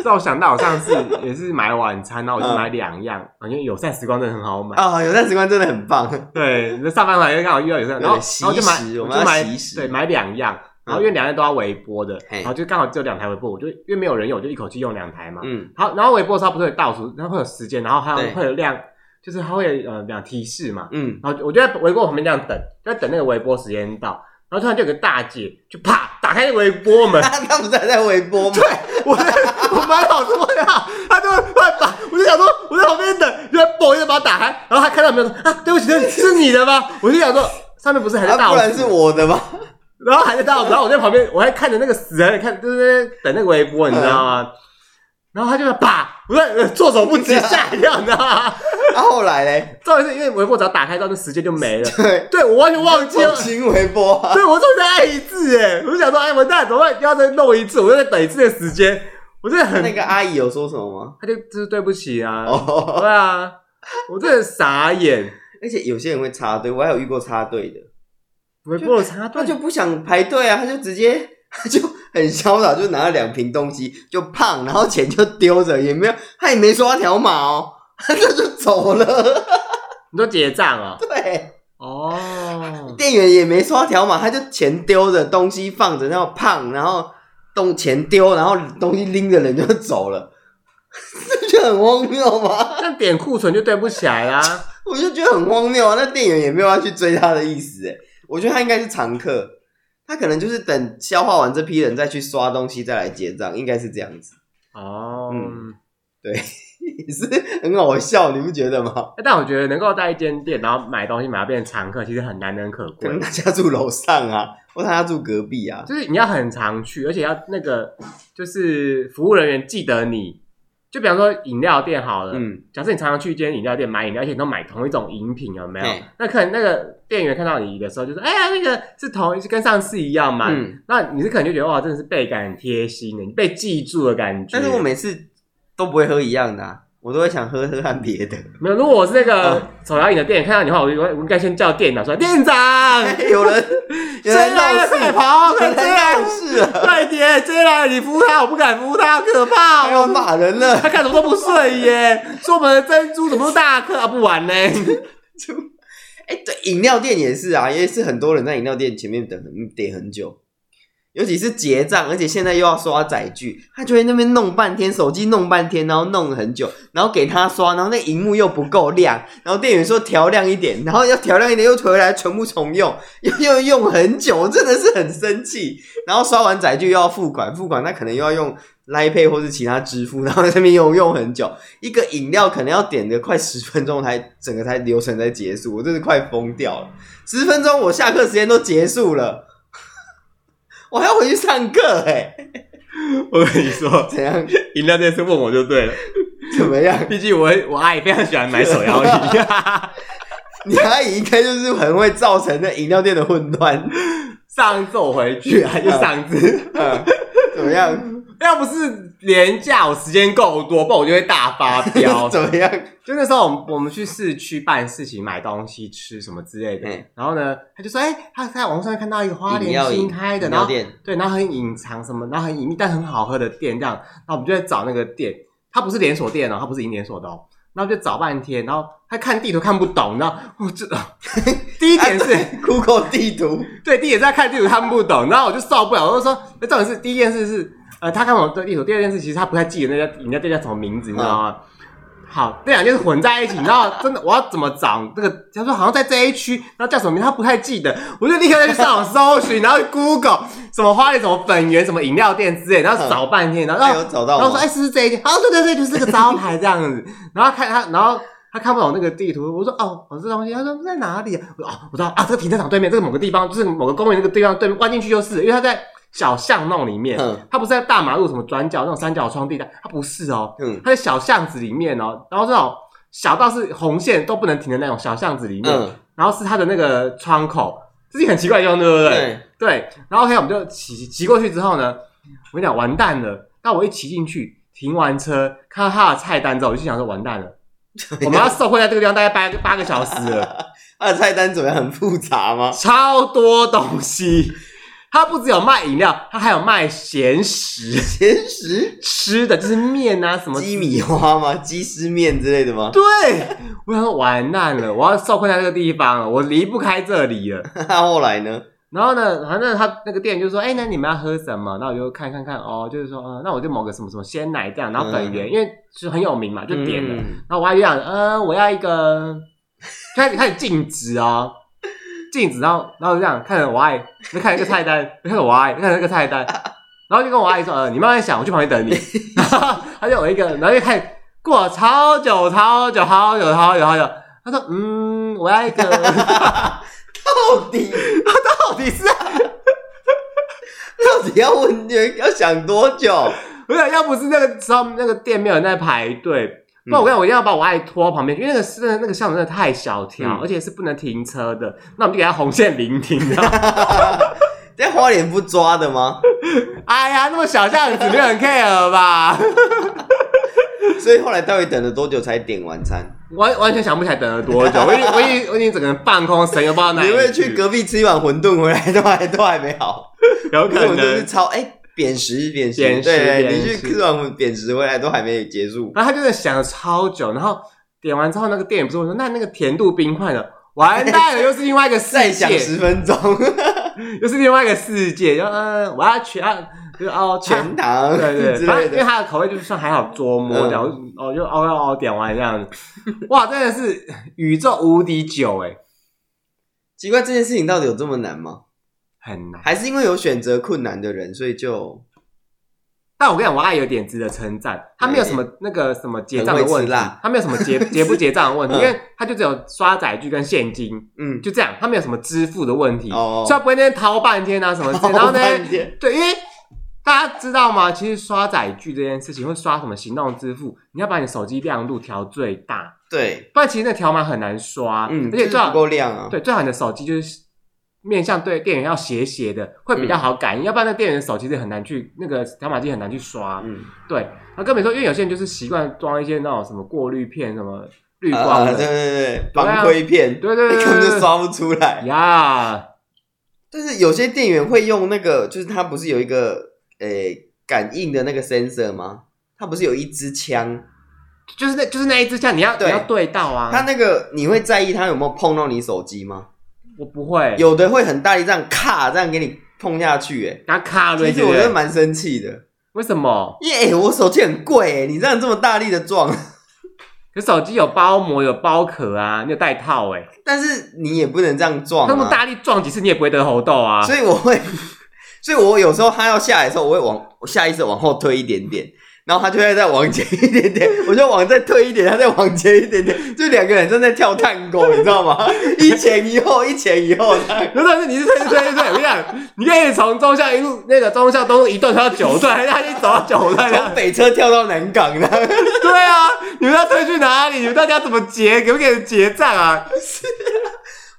让我想到我上次也是买晚餐，然后我就买两样，啊因为友善时光真的很好买。嗯啊、友善时光真的很棒，对，那上班完又刚好遇到有这样，然后对习然后就买，食我我们就要买习食嗯对买两样，然后因为两样都要微波的，嘿然后就刚好只有两台微波，我就因为没有人用，我就一口气用两台嘛。嗯，好，然后微波的时候不是会倒数，然后会有时间，然后还对有会有量，就是它会有呃两提示嘛。嗯，然后我就在微波旁边这样等，就在等那个微波时间到，然后突然就有个大姐就啪打开那个微波 门，他他不是还在微波吗？对我在我满脑子问号，他就快把，我就想说我在旁边等，就嘣一下把它打开，然后他看到没有说啊，对不起，对不起，是你的吗？我就想说上面不是还在啊，倒不数，然是我的吧？然后还在倒数，然后我在旁边，我还看着那个死人，看就是在等那个微波，你知道吗？然后他就啪，我在呃措手不及，吓一跳，你知道吗？啊，后来嘞，重点是因为微波只要打开到那时间就没了，对，对我完全忘记重了。新微波、 啊，对，我重再按一次哎，我就想说，哎，完蛋，怎么办？要再弄一次，我又再等一次的时间，我真的很，那个阿姨有说什么吗？ 他就就是对不起啊，哦，对啊，我真的傻眼，而且有些人会插队，我还有遇过插队的。微波炉插他队就不想排队啊，他就直接他就很潇洒，就拿了两瓶东西就胖，然后钱就丢着，也没有他也没说要条码哦，这就走了。你说结账啊？对，哦，店员也没刷条码，他就钱丢着，东西放着，然后胖，然后东钱丢，然后东西拎着人就走了， 这就很荒谬吗？那点库存就对不起来啦、我就觉得很荒谬啊！那店员也没有要去追他的意思，哎，我觉得他应该是常客，他可能就是等消化完这批人再去刷东西再来结账，应该是这样子， 哦，嗯也是很好笑，你不觉得吗？但我觉得能够在一间店，然后买东西买到变成常客，其实很难能可可贵能。他家住楼上啊，或他家住隔壁啊，就是你要很常去，而且要那个就是服务人员记得你。就比方说饮料店好了，嗯，假设你常常去一间饮料店买饮料，而且你都买同一种饮品，有没有嘿？那可能那个店员看到你的时候就说：“哎呀，那个是同是跟上次一样嘛。嗯那你是可能就觉得哇，真的是倍感贴心的，你被记住的感觉。但是我每次都不会喝一样的、啊，我都会想喝喝看别的。 没有，如果我是那个嗯手摇饮的店员看到你的话，我就我应该先叫店长说：“店长，有人谁有人来闹了？事，快 跑！快有人追来！闹事了， 快点追来！你扶他，我不敢扶他，好可怕还要哦！骂人了，他看什么都不顺眼，说我们的珍珠怎么都大颗啊，不玩呢？就哎、对，饮料店也是啊，也是很多人在饮料店前面等很点很久，尤其是结账，而且现在又要刷载具，他就会那边弄半天，手机弄半天，然后弄很久，然后给他刷，然后那荧幕又不够亮，然后店员说调亮一点，然后要调亮一点又回来全部重用，又又用很久，我真的是很生气。然后刷完载具又要付款，付款那可能又要用 Line Pay 或是其他支付，然后在那边又用很久，一个饮料可能要点个快十分钟才整个才流程才结束，我真是快疯掉了。十分钟我下课时间都结束了，我还要回去上课哎、我跟你说，怎样饮料店是问我就对了，怎么样？毕竟我我阿姨非常喜欢买手摇饮，你阿姨应该就是很会造成那饮料店的混乱，上次我回去啊，就上次，嗯，怎么样？。要不是廉价，我时间够多，不然我就会大发飙 怎么样？就那时候我们我们去市区办事情、买东西、吃什么之类的，嗯然后呢，他就说，哎、他在网上看到一个花饮莲料饮新开的，然饮料后店，对，然后很隐藏什么，然后很隐秘但很好喝的店这样，然后我们就在找那个店，它不是连锁店哦，它不是银连锁的哦，然后就找半天，然后他看地图看不懂，你知道，我这 第一点啊是 Google 地图，对第一点是他看地图看不懂，然后我就受不了，我就说，那重点是第一件事是，呃，他看不懂地图，第二件事其实他不太记得那家饮料店叫什么名字，你知道吗？好，这两件事混在一起，你知道，真的我要怎么找那个？他说好像在这一区，然后叫什么名，他不太记得，我就立刻再去上网搜寻，然后 Google 什么花莲什么粉圆什么饮料店之类，然后找半天，然后还有找到然后说：“吗？哎、是不是这一间？”他说：“对对对，就是这个 招牌这样 子。”然后看他，然后他看不懂那个地图。我说：“哦，我这东西。”他说：“在哪里、啊？”我说：“哦，我知道啊，这个停车场对面，这个某个地方，就是某个公园那个地方对面，弯进去就是，因为他在小巷弄里面，嗯他不是在大马路什么转角那种三角窗地带，他不是哦，嗯他在小巷子里面哦，然后这种小到是红线都不能停的那种小巷子里面，嗯，然后是他的那个窗口，这是一个很奇怪的地方，对不对？”对，对，然后 OK，我们就骑骑过去之后呢，我跟你讲，完蛋了。那我一骑进去，停完车，看到他的菜单之后，我就想说，完蛋了，我们要受困在这个地方大概八个八个小时 了，他的啊菜单怎么样？很复杂吗？ 超多东西。他不只有卖饮料，他还有卖咸食，甜食、吃的就是面啊什么鸡米花吗？鸡丝面之类的吗？对，我想说完蛋了，我要受困在这个地方了，我离不开这里了。那 后来呢？然后呢，反正他那个店就说，哎、那你们要喝什么？那我就看看看，哦，就是说，呃，那我就某个什么什么鲜奶这样，然后粉圆，因为是很有名嘛，就点了。嗯然后我还就想，呃，我要一个，开始开始禁止哦，禁止，然后然后就这样看着我阿姨，就看着一个菜单， 就看着我阿姨，就看着那个菜单，然后就跟我阿姨说，呃，你慢慢想，我去旁边等你。 然后他就有一个，然后就看过了超久超久好久好久好久，他说，嗯，我要一个，到底 到底是啊 到底要问要想多久？ 不是，要不是那个时候那个店没有人在排队，不嗯然我跟你讲，我一定要把我阿姨拖到旁边去，因为那个是那个巷子真的太小条，嗯而且是不能停车的。那我们就给他红线聆听，你知道吗 在花莲不抓的吗？哎呀，那么小巷子没有人 care 吧？ 所以后来到底等了多久才点晚餐？完完全想不起来等了多久，我已经我已经我已经整个人放空，神游不知道哪你里会去隔壁吃一碗馄饨回来，都还都还没好，有可我们都是能。超哎扁食扁食，扁食对对，扁你食去吃完馄扁食回来都还没结束，然后他就在想了超久，然后点完之后，那个店员不是会说，那那个甜度冰块的，完蛋了，又是另外一个世 再想界，十 分钟，又是另外一个世界。然后嗯，我要全就是哦全糖 对对，之对反类正因为的，它的口味就是算还好捉摸，嗯然后哦就哦哦点完这样子， 哇，真的是宇宙无敌久哎，奇怪，这件事情到底有这么难吗？很难。还是因为有选择困难的人，所以就但我跟你讲，我爱有点值得称赞，他没有什么那个什么结账的很会问吃题辣，他没有什么结 结不结账的问题，嗯因为他就只有刷载具跟现金，嗯，就这样，他没有什么支付的问题，哦所以他不会那边掏半天啊什么之类，然后呢，半 天对，因为大家知道吗？其实刷载具这件事情，或刷什么行动支付，你要把你手机亮度调最大，对，不然其实那条码很难刷，嗯，啊而且就是最不好够亮啊，对，最好你的手机就是面向对店员要斜斜的，会比较好嗯感应，要不然那店员的手其实很难去那个条码机很难去刷。嗯，对，那根本说，因为有些人就是习惯装一些那种什么过滤片、什么滤光啊，对的，对对，防窥片，对对对对 根本对就刷不出来。呀，但是有些店员会用那个，就是它不是有一个诶、感应的那个 sensor 吗？它不是有一支枪，就是那就是那一支枪，你要你对要对到啊。它那个你会在意它有没有碰到你手机吗？我不会，有的会很大力这样咔这样给你碰下去、 欸，拿卡哎，瑞，其实对不我对真的蛮生气的，为什么？因为、欸我手机很贵、欸，你这样这么大力的撞，可手机有包膜有包壳啊，你有带套哎、但是你也不能这样撞、那么啊，大力撞几次你也不会得喉痘啊。所以我会， 所以我有时候他要下来的时候，我会往我下意识往后推一点点。然后他就会再往前一点点，我就往再退一点，他再往前一点点，就两个人正在跳探戈，你知道吗？一前一后，一前一后这样。不是，你是推推推推，我跟你讲，你可以从中校一路那个中校东路一段推到九段，让你走到九段，从北车跳到南港呢，对啊，你们要推去哪里？你们到底要怎么结？可不可以结账啊？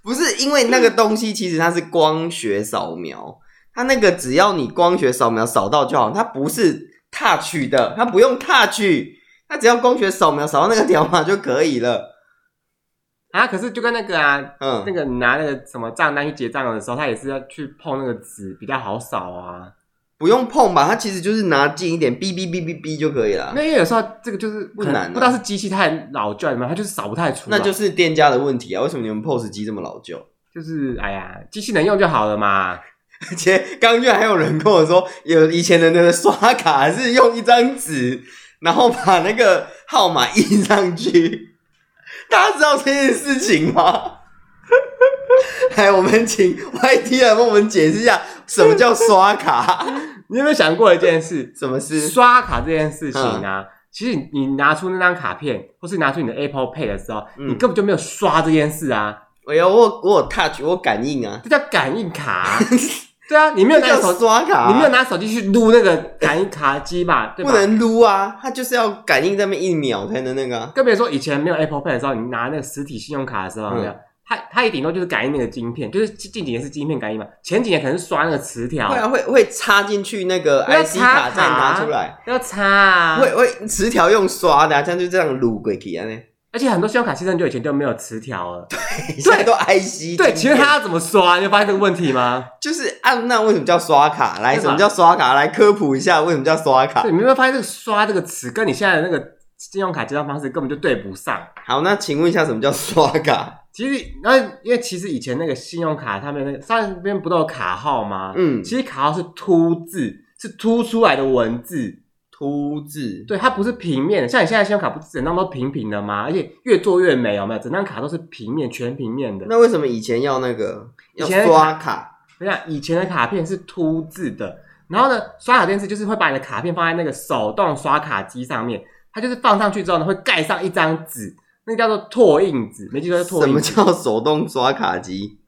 不是因为那个东西，其实它是光学扫描，它那个只要你光学扫描扫到就好，它不是 touch 的，它不用 touch，它只要光学扫描扫到那个条码就可以了。啊，可是就跟那个啊，嗯那，个你拿那个什么账单去结账的时候，他也是要去碰那个纸，比较好扫啊。不用碰吧，它其实就是拿近一点，哔哔哔哔哔就可以了那。因为有时候这个就是不难啊可能不知道是机器太老旧了嘛，它就是扫不太出来。那就是店家的问题啊，为什么你们 POS 机这么老旧？就是哎呀，机器能用就好了嘛。而且刚居然还有人跟我说，有以前的那个刷卡是用一张纸，然后把那个号码印上去。大家知道这件事情吗？ 哎，我们请 YT 来帮我们解释一下什么叫刷卡，你有没有想过一件事？什么是嗯刷卡这件事情啊，其实你拿出那张卡片，或是拿出你的 Apple Pay 的时候，嗯你根本就没有刷这件事啊，哎呦，我有我有 touch，我有感应啊，这叫感应卡 啊、 对啊，你没有这拿手叫，刷卡、啊，你没有拿手机去撸那个 感应卡机吧？对吧不？能撸啊，它就是要感应这么一秒才能那个、啊。更别说以前没有 Apple Pay 的时候，你拿那个实体信用卡的时候，嗯有没有它它也顶多就是感应那个晶片，就是近近几年是晶片感应嘛，前几年可能是刷那个磁条会，啊，会会插进去那个要 IC 插卡卡再拿出来，要插啊。会会磁条用刷的、啊，这样就这样撸鬼去啊呢。而且很多信用卡其实很久以前就没有磁条 了。现在都 IC 对，晶片其实它要怎么刷，你有发现这个问题吗？就是按、那为什么叫刷卡？来，对吧什么叫刷卡？来科普一下为什么叫刷卡对，。你有没有发现这个“刷”这个词跟你现在的那个信用卡结账方式根本就对不上？好，那请问一下什么叫刷卡？其实，然后因为其实以前那个信用卡上面那个上面不都有卡号吗？嗯，其实卡号是凸字，是凸出来的文字，凸字。对，它不是平面的。像你现在信用卡不是整张都平平的吗？而且越做越美，有没有？整张卡都是平面，全平面的。那为什么以前要那个以要前刷卡？我想以前的卡片是凸字的，然后呢，刷卡这件事就是会把你的卡片放在那个手动刷卡机上面，它就是放上去之后呢，会盖上一张纸，那个叫做拓印纸，没记错是拓什印么纸，叫手动刷卡机？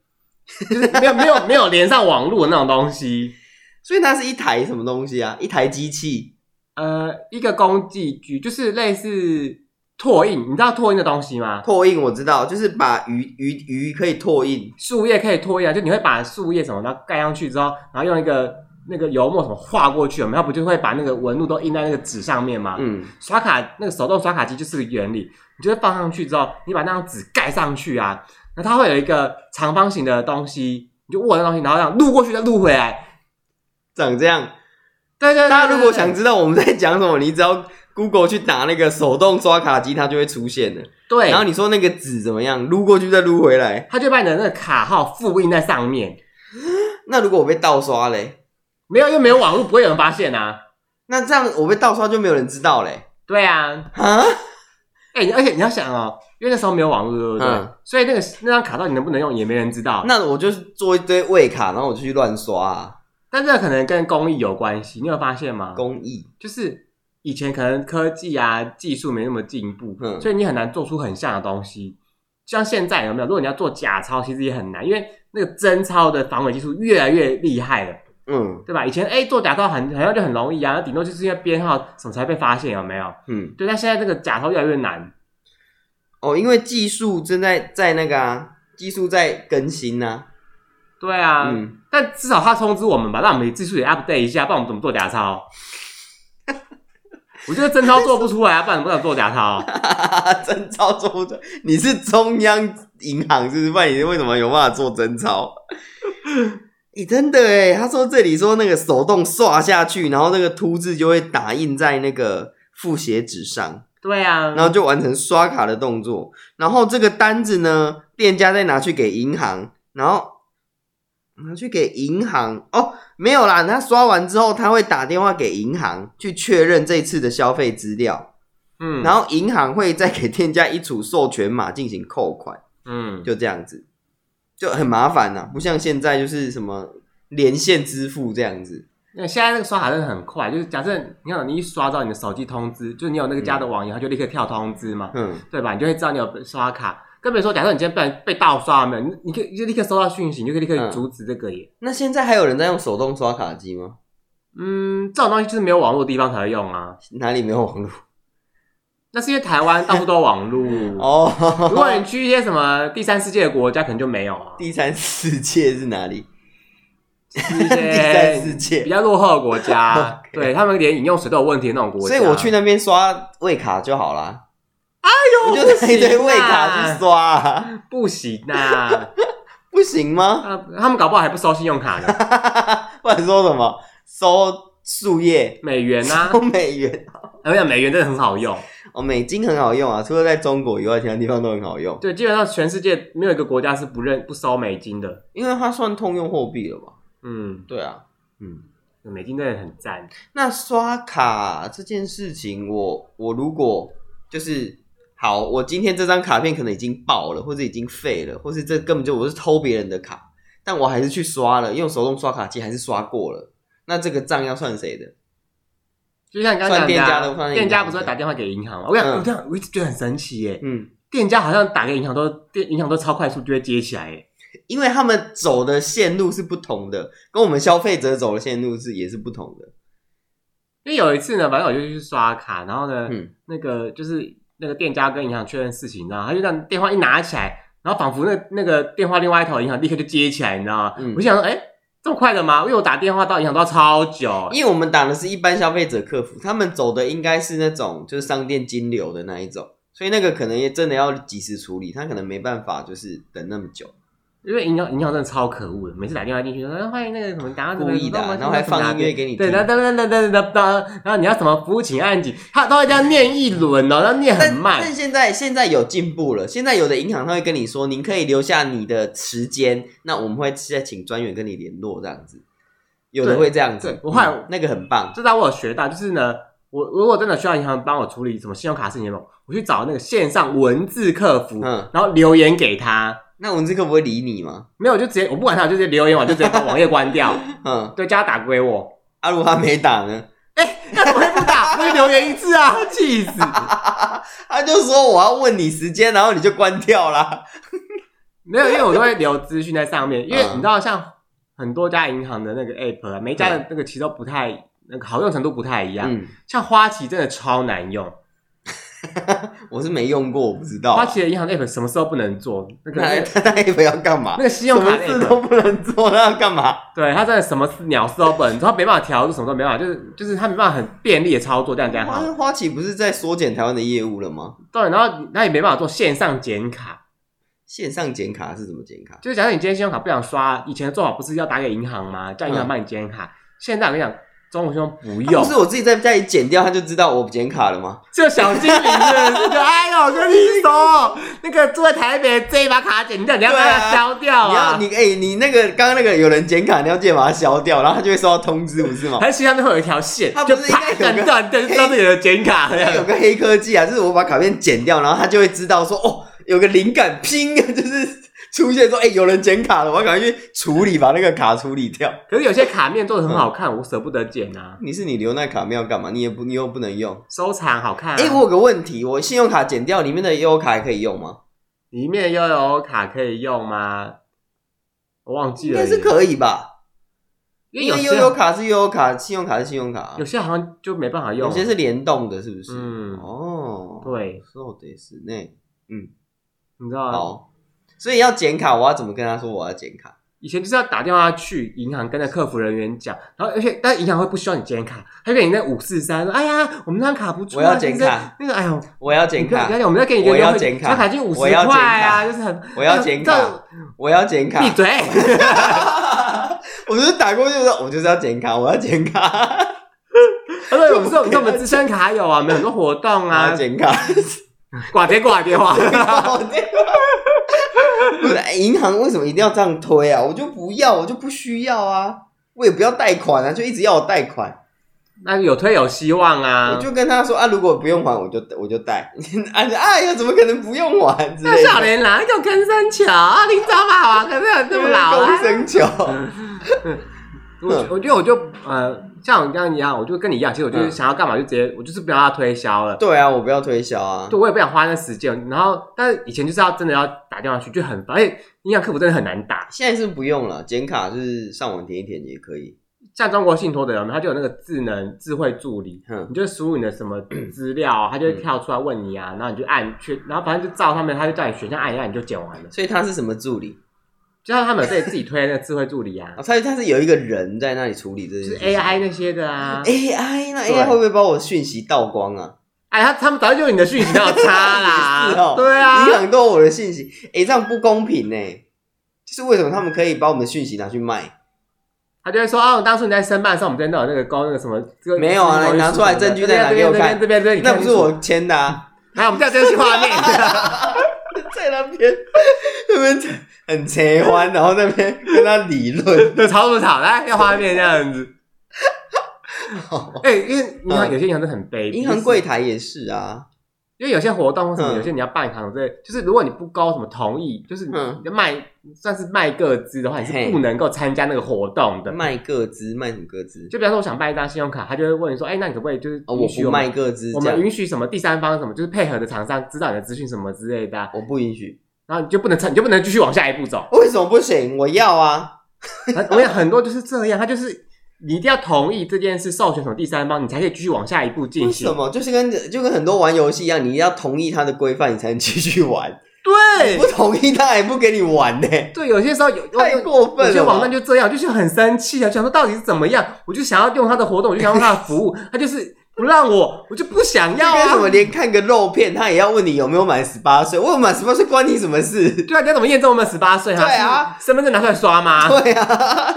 就是没有没有没有连上网络的那种东西。所以它是一台什么东西啊？一台机器。呃，一个工具具就是类似拓印，你知道拓印的东西吗？拓印我知道，就是把鱼鱼鱼可以拓印。树叶可以拓印啊，就你会把树叶什么然后盖上去之后，然后用一个那个油墨什么画过去，我们它不就会把那个纹路都印在那个纸上面吗？嗯，刷卡那个手动刷卡机就是个原理，你就是放上去之后，你把那张纸盖上去啊，那它会有一个长方形的东西，你就握那东西，然后这样录过去再录回来。长这样。对对对 大家如对果对想知道我们在讲什么，你只要 Google 去打那个手动刷卡机，它就会出现的。对然，后你说那个纸怎么样，撸过去再撸回来。他就把你的那个卡号复印在上面，那如果我被盗刷嘞，没有又没有网络，不会有人发现啊。那这样我被盗刷就没有人知道嘞。对啊，啊，哎、而且你要想哦，因为那时候没有网络，对不对？嗯所以那个那张卡到底能不能用也没人知道。那我就是做一堆伪卡，然后我就去乱刷、啊，但这个可能跟公益有关系，你有发现吗？公益。就是以前可能科技啊技术没那么进步，嗯所以你很难做出很像的东西。像现在有没有？如果你要做假钞，其实也很难，因为那个真钞的防伪技术越来越厉害了，嗯对吧？以前哎、做假钞很好像就很容易啊，顶多就是因为编号什么才被发现，有没有？嗯，对，但现在这个假钞越来越难。哦，因为技术正在在那个啊，技术在更新呢、对啊，啊。嗯，但至少他通知我们吧，让我们技术也 update 一下，不然我们怎么做假钞？ 我觉得真钞做不出来啊，不然怎么做假钞？ 真钞做不出来，你是中央银行是不是？不然你为什么有办法做真钞？ 你、真的哎，他说这里说那个手动刷下去，然后那个凸字就会打印在那个复写纸上，对啊，然后就完成刷卡的动作。然后这个单子呢，店家再拿去给银行，然后拿去给银行哦，没有啦，他刷完之后他会打电话给银行去确认这次的消费资料。嗯，然后后银行会再给店家一组授权码进行扣款，嗯，就这样子，就很麻烦呐、不像现在就是什么连线支付这样子，那现在那个刷卡真的很快，就是假设你看你一刷到你的手机通知，就是你有那个家的网银，它就立刻跳通知嘛，嗯，对吧？你就会知道你有被刷卡。更别说假设你今天被被盗刷了没有，你你可以就立刻收到讯息，你就可以立刻嗯阻止这个耶。那现在还有人在用手动刷卡机吗？嗯，这种东西就是没有网络的地方才会用啊。哪里没有网络？那是因为台湾到处都有网络如果你 哦，去一些什么第三世界的国家，可能就没有啊，第三世界是哪里？是一第三世些比界，较落后的国家 OK，对他们连饮用水都有问题的那种国所家。以我去那边刷位卡就好啦。哎我就带一堆位卡去刷、啊， 不行啊呐、不行吗？啊， 他们搞不好还不收信用卡 呢， 不然说什么收树叶、美元 啊哎收，美元？而且美元真的很好用，哦，美金很好用啊，除了在中国以外，其他地方都很好用，对，基本上全世界没有一个国家是不认不收美金的，因为它算通用货币了吧？嗯，对啊，嗯。美金真的很赞，那刷卡这件事情我，我如果就是好，我今天这张卡片可能已经爆了，或者已经废了，或是这根本就我是偷别人的卡，但我还是去刷了，用手动刷卡机还是刷过了，那这个账要算谁的？就像你刚刚算店家讲的的啊，算银行店家的不是会打电话给银行吗？我跟你讲，我嗯跟你讲我一直觉得很神奇耶，嗯，店家好像打给银行都店银行都超快速就会接起来耶，因为他们走的线路是不同的，跟我们消费者走的线路是也是不同的。因为有一次呢，反正我就去刷卡，然后呢，嗯那个就是那个店家跟银行确认事情，然后他就让电话一拿起来，然后仿佛那那个电话另外一头银行立刻就接起来，你知道吗？嗯我就想说，哎、这么快的吗？因为我打电话到银行都要超久，因为我们打的是一般消费者客服，他们走的应该是那种就是商店金流的那一种，所以那个可能也真的要及时处理，他可能没办法就是等那么久，因为银行银行真的超可恶的，每次打电话进去，说欢迎那个什么，打到故意的啊、然后还放音乐。给你听对，。然后噔噔噔噔噔噔，然后你要什么服务请按几，他都会这样念一轮哦，然后念很但慢但。现在现在有进步了，现在有的银行他会跟你说，您可以留下你的时间，那我们会再请专员跟你联络这样子，有的对会这样子对，我后来嗯那个很棒，这招我有学到，就是呢，我如果真的需要银行帮我处理什么信用卡事情有没有，我去找那个线上文字客服，嗯然后留言给他。那文字客不会理你吗？没有，我就直接我不管他，我就直接留言，我就直接把网页关 掉，嗯，对，叫他打给我。阿鲁他没打呢，那怎么会不打？我就留言一次 啊，气死！他就说我要问你时间，然后你就关掉啦。没有，因为我都会留资讯在上面，因为嗯你知道，像很多家银行的那个 app，啊，每一家的那个其实都不太那个好用程度不太一样。嗯，像花旗真的超难用，我是没用过，我不知道。花旗的银行的 app 什么时候不能做？那个 那那个那 app 要干嘛那？个信什用卡么的事 app 都不能做，那要干嘛？对他真的什么鸟事都不能做，他没办法调，什么都没办法，就是就是他没办法很便利的操作这样这样啊好花。花旗不是在缩减台湾的业务了吗？对，然后他也没办法做线上剪卡，线上剪卡是怎么剪卡？就是假设你今天信用卡不想刷，以前的做法不是要打给银行吗？叫银行帮你剪卡。现在我跟你讲，中午兄不嗯啊不用，是我自己在家里剪掉，他就知道我剪卡了吗？这小精灵真的是 就哎呦，我跟你说，那个住在台北这一把卡剪掉，你要把它消掉你要啊！你哎、你那个刚刚那个有人剪卡，你要记得把它消掉，然后他就会收到通知，不 是吗？还是上面会有一条线它，不就是啪应该有个断断，对，就知道自己的剪卡这样有个黑科技啊，就是我把卡片剪掉，然后他就会知道说，哦，有个灵感，拼， 就是出现说，哎、有人剪卡了，我要赶快去处理，把那个卡处理掉。可是有些卡面嗯做的很好看，我舍不得剪啊，你是你留那卡面要干嘛？你也不，你又不能用。收藏好看啊。哎、我有个问题，我信用卡剪掉里面的优卡还可以用吗？里面又有卡可以用吗？我忘记应了耶，该是可以吧？因为因有为悠游些啊卡是悠游卡，信用卡是信用卡啊、有些好像就没办法用，有些是联动的，是不是？嗯哦，，对，说的是那你知道吗？好，所以要剪卡，我要怎么跟他说我要剪卡？以前就是要打电话去银行跟那客服人员讲，然后而且但银行会不需要你剪卡，他给你那五四三说，哎呀，我们那张卡不出啊，我要剪卡先生，那个哎呦，我要剪你不要卡不要，讲，我们再给你一个我要优惠剪卡这张卡就五十我要剪块卡啊，就是很我要剪哎呦卡，我要剪这卡，闭嘴，我就是打过去说，我就是要剪卡，我要 剪卡，而且我们说我们说我们资深卡友啊，我们有很多活动我要啊，剪卡。挂电挂电话， 不是哎 银行为什么一定要这样推啊？我就不要，我就不需要啊，我也不要贷款啊，就一直要我贷款。那有推有希望啊，我就跟他说啊，如果不用还，我就我就贷。 啊哎呀，怎么可能不用还之那类的？少年郎就跟生巧啊，你早嘛，可是这么老公啊。生球，我嗯我觉得我就呃，像我刚一样，我就跟你一样，其实我嗯就是想要干嘛就直接，我就是不要他推销了。对啊，我不要推销啊。对，我也不想花那时间。然后，但是以前就是要真的要打电话去，就很烦，而且银行客服真的很难打。现在是不用了，剪卡就是上网填一填也可以。像中国信托的人，他就有那个智能智慧助理，哼，你就输入你的什 么资料啊，他嗯就会跳出来问你啊，然后你就按去，然后反正就照他们，他就叫你选项按一按，你就剪完了。所以他是什么助理？就像他们有自己自己推那个智慧助理 啊啊，，他他是有一个人在那里处理这就件事是情。 AI 那些的啊。 AI 那对 AI 会不会把我讯息倒光啊？哎，他他们早就有你的讯息，哪有差 也啦？是哦对啊，银行都有我的信息，哎、这样不公平呢、就是为什么他们可以把我们的讯息拿去卖？他就会说哦，当初你在申办的时候，我们真的有那个公那个什么，这个没有啊这个你拿出来证据再拿给我看这边这边这边，你看那不是清楚，我签 的啊，来，我们再珍惜画面。在那边那边很切欢，然后那边跟他理 论。对，吵什么吵？来，要画面这样 子。哎、因为银行嗯有些银行都很卑鄙，银行柜台也是啊，因为有些活动或什么，嗯有些你要办卡之类，就是如果你不勾什么同意，就是嗯你的卖、算是卖个资的话，你嘿是不能够参加那个活动的。卖个资卖什么个资？就比方说，我想办一张信用卡，他就会问你说，哎、那你可不可以就是哦，我允许不我们卖个资，我这们样允许什么第三方什么，就是配合的厂商知道你的资讯什么之类的啊、我不允许。。然后你就不能成，你就不能继续往下一步走 为什么不行？我要啊！很我想很多就是这样，他就是你一定要同意这件事，授权什么第三方，你才可以继续往下一步进为行什。么？就是跟就跟很多玩游戏一样，你要同意他的规范，你才能继续玩。不对同意他还不给你玩呢、对，有些时候有有太有过分了吧。有些网站就这样，就是很生气啊，想说到底是怎么样，我就想要用他的活动，我就想用他的服务，他就是不让我，我就不想要为什么啊。连看个肉片，他也要问你有没有满十八岁？我有满十八岁关你什 么事？对啊，你要怎么验证我们十八岁啊？对啊，身份证拿出来刷吗？对啊，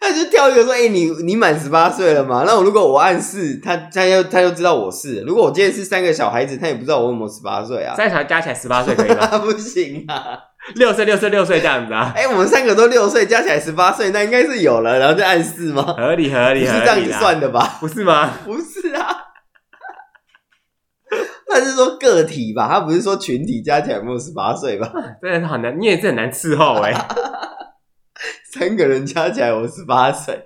他就挑一个说：“哎、你你满十八岁了吗？”那我如果我暗示他，他就他就知道我是。如果我今天是三个小孩子，他也不知道我有没有十八岁 啊。三小加起来十八岁可以吗？不行啊！ 六岁、六岁、六岁这样子啊，哎、我们三个都六岁，加起来十八岁，那应该是有了，然后再暗 示吗？合理合不理是合理啦，这样子算的吧？不是吗？不是啊， 他是说个体吧，他不是说群体加起来有没有十八岁吧？真的是好难，你也是很难伺候 哎、三个人加起来我十八岁，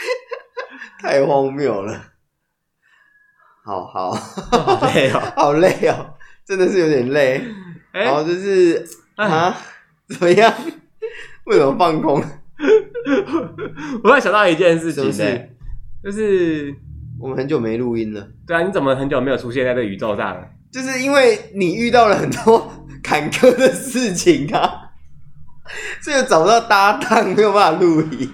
太荒谬了。好好 好累哦、好累哦，真的是有点累。哎、然后就是哎啊，怎么样？ 为什么放空？我突然想到一件事是情、不欸，是？就是我们很久没录音了，对啊，你怎么很久没有出现在这个宇宙上了？就是因为你遇到了很多 坎坷的事情啊，所以找不到搭档，没有办法录 音。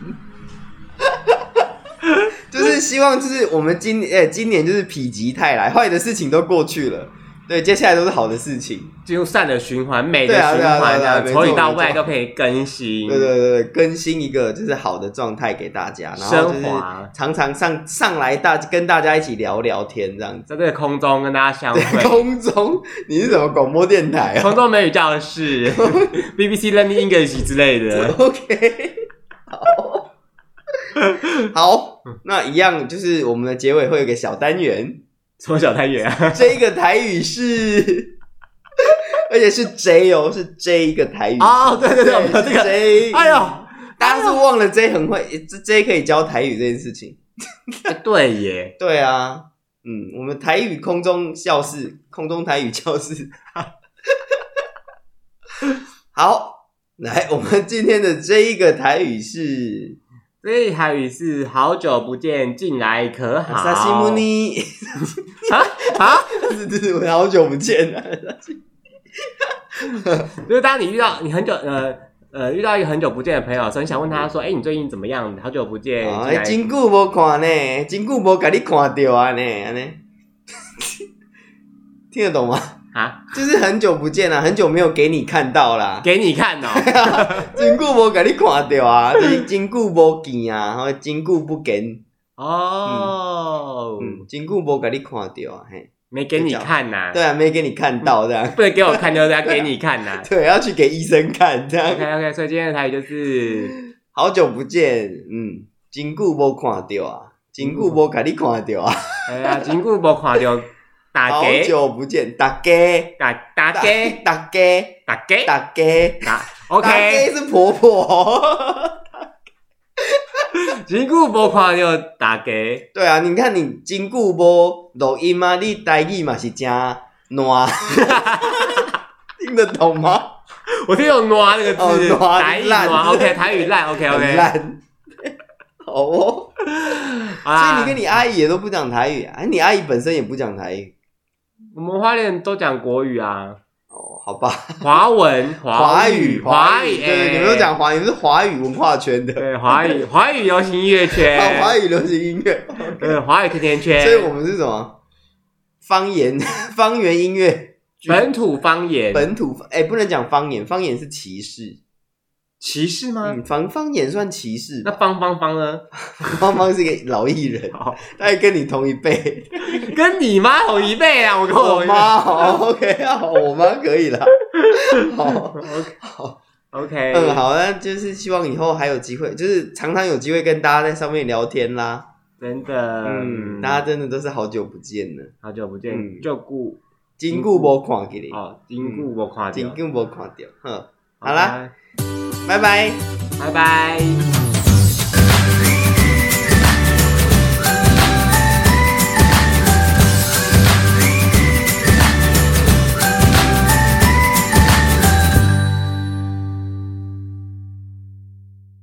就是希望，就是我们今哎、今年就是否极泰来，坏的事情都过去了，对，接下来都是好的事情。进入善的循环、美的对啊循对啊环对啊啊，对啊从没里错到没外都错可以更新。对对对，对更新一个就是好的状态给大家，然后就是升华常常上上来大跟大家一起聊聊天这样子。在这个空中跟大家相会。空中，你是什么广播电台啊空中美语教室，BBC Learning English 之类 的， ？OK，好，好，那一样就是我们的结尾会有个小 单元，什么小单元啊？这一个台语是，而且是 J 哦，是 J 一个台语。哦，对对对，我们有这是个， J， 哎呦，大家是忘了 J 很会这，J 可以教台语这件事情。哎对耶，对啊，嗯，我们台语空中教室，空中台语 教室。好，来，我们今天的这一个台语是所以台语是好久不见，近来可好？沙西姆尼，啊啊！ 是是，我好久不见了。就是当你遇到你很久呃呃遇到一个很久不见的朋友的时候，你想问他说，哎，你最近怎么样？好久不见，哦近来真久无看呢，真久无给你看到啊呢，安尼， 听得懂吗？啊，就是很久不见啊了，很久没有给你看到啦。给你 看哦，嗯真久无甲你看到啊，就是真久无见啊， 吼，真久不见，哦，嗯，真久无甲你看到啊，嘿，没给你看呐，对啊，没给你看到这样， 不能给我看，就是要给你看呐。对，要去给医生看这 OK 样， OK，所以今天的台语就是好久不见，嗯，真久无看到啊，真久无甲你看到啊，哎呀，真久无看到大好家，久不见，大家，大大家，大家，大家，大家，大大家 OK，是婆婆， 真久无看到大家，对啊，你看你真久无录音啊，你台语嘛是真烂， 听得懂吗？我听有“暖”这个哦字，烂台语烂暖 OK，台语烂 OK 很 OK，烂。好哦，所以啊你跟你阿姨也都不讲台语啊？你阿姨本身也不讲台语我们花莲都讲国语啊， 哦？好吧，华文、华语、华华语，语，对对，哎你们都讲华语，你们是华语文化圈的，对华 语，华语流行音乐啊华圈，语流行音乐，嗯，华语甜甜所以我圈，们是什么？方言， 方言音乐，本土方言，本土，哎，不能讲方言，方言是歧视，歧视吗？嗯，方方言算歧视那吧。方方方呢？方方是个老艺人，好，他还跟你同一辈，跟你妈同一辈啊，我跟我我 同一辈。妈好，OK，好，我妈可 以了，好。好，OK，嗯，，好，那就是希望以后还有机会，就是常常有机会跟大家在上面聊天啦。真的，嗯，大家真的都是好久不见了，好久不嗯嗯见，就顾真久无看见你，哦，啊金固我夸真张，久无看到，哼，好啦，拜拜。拜拜。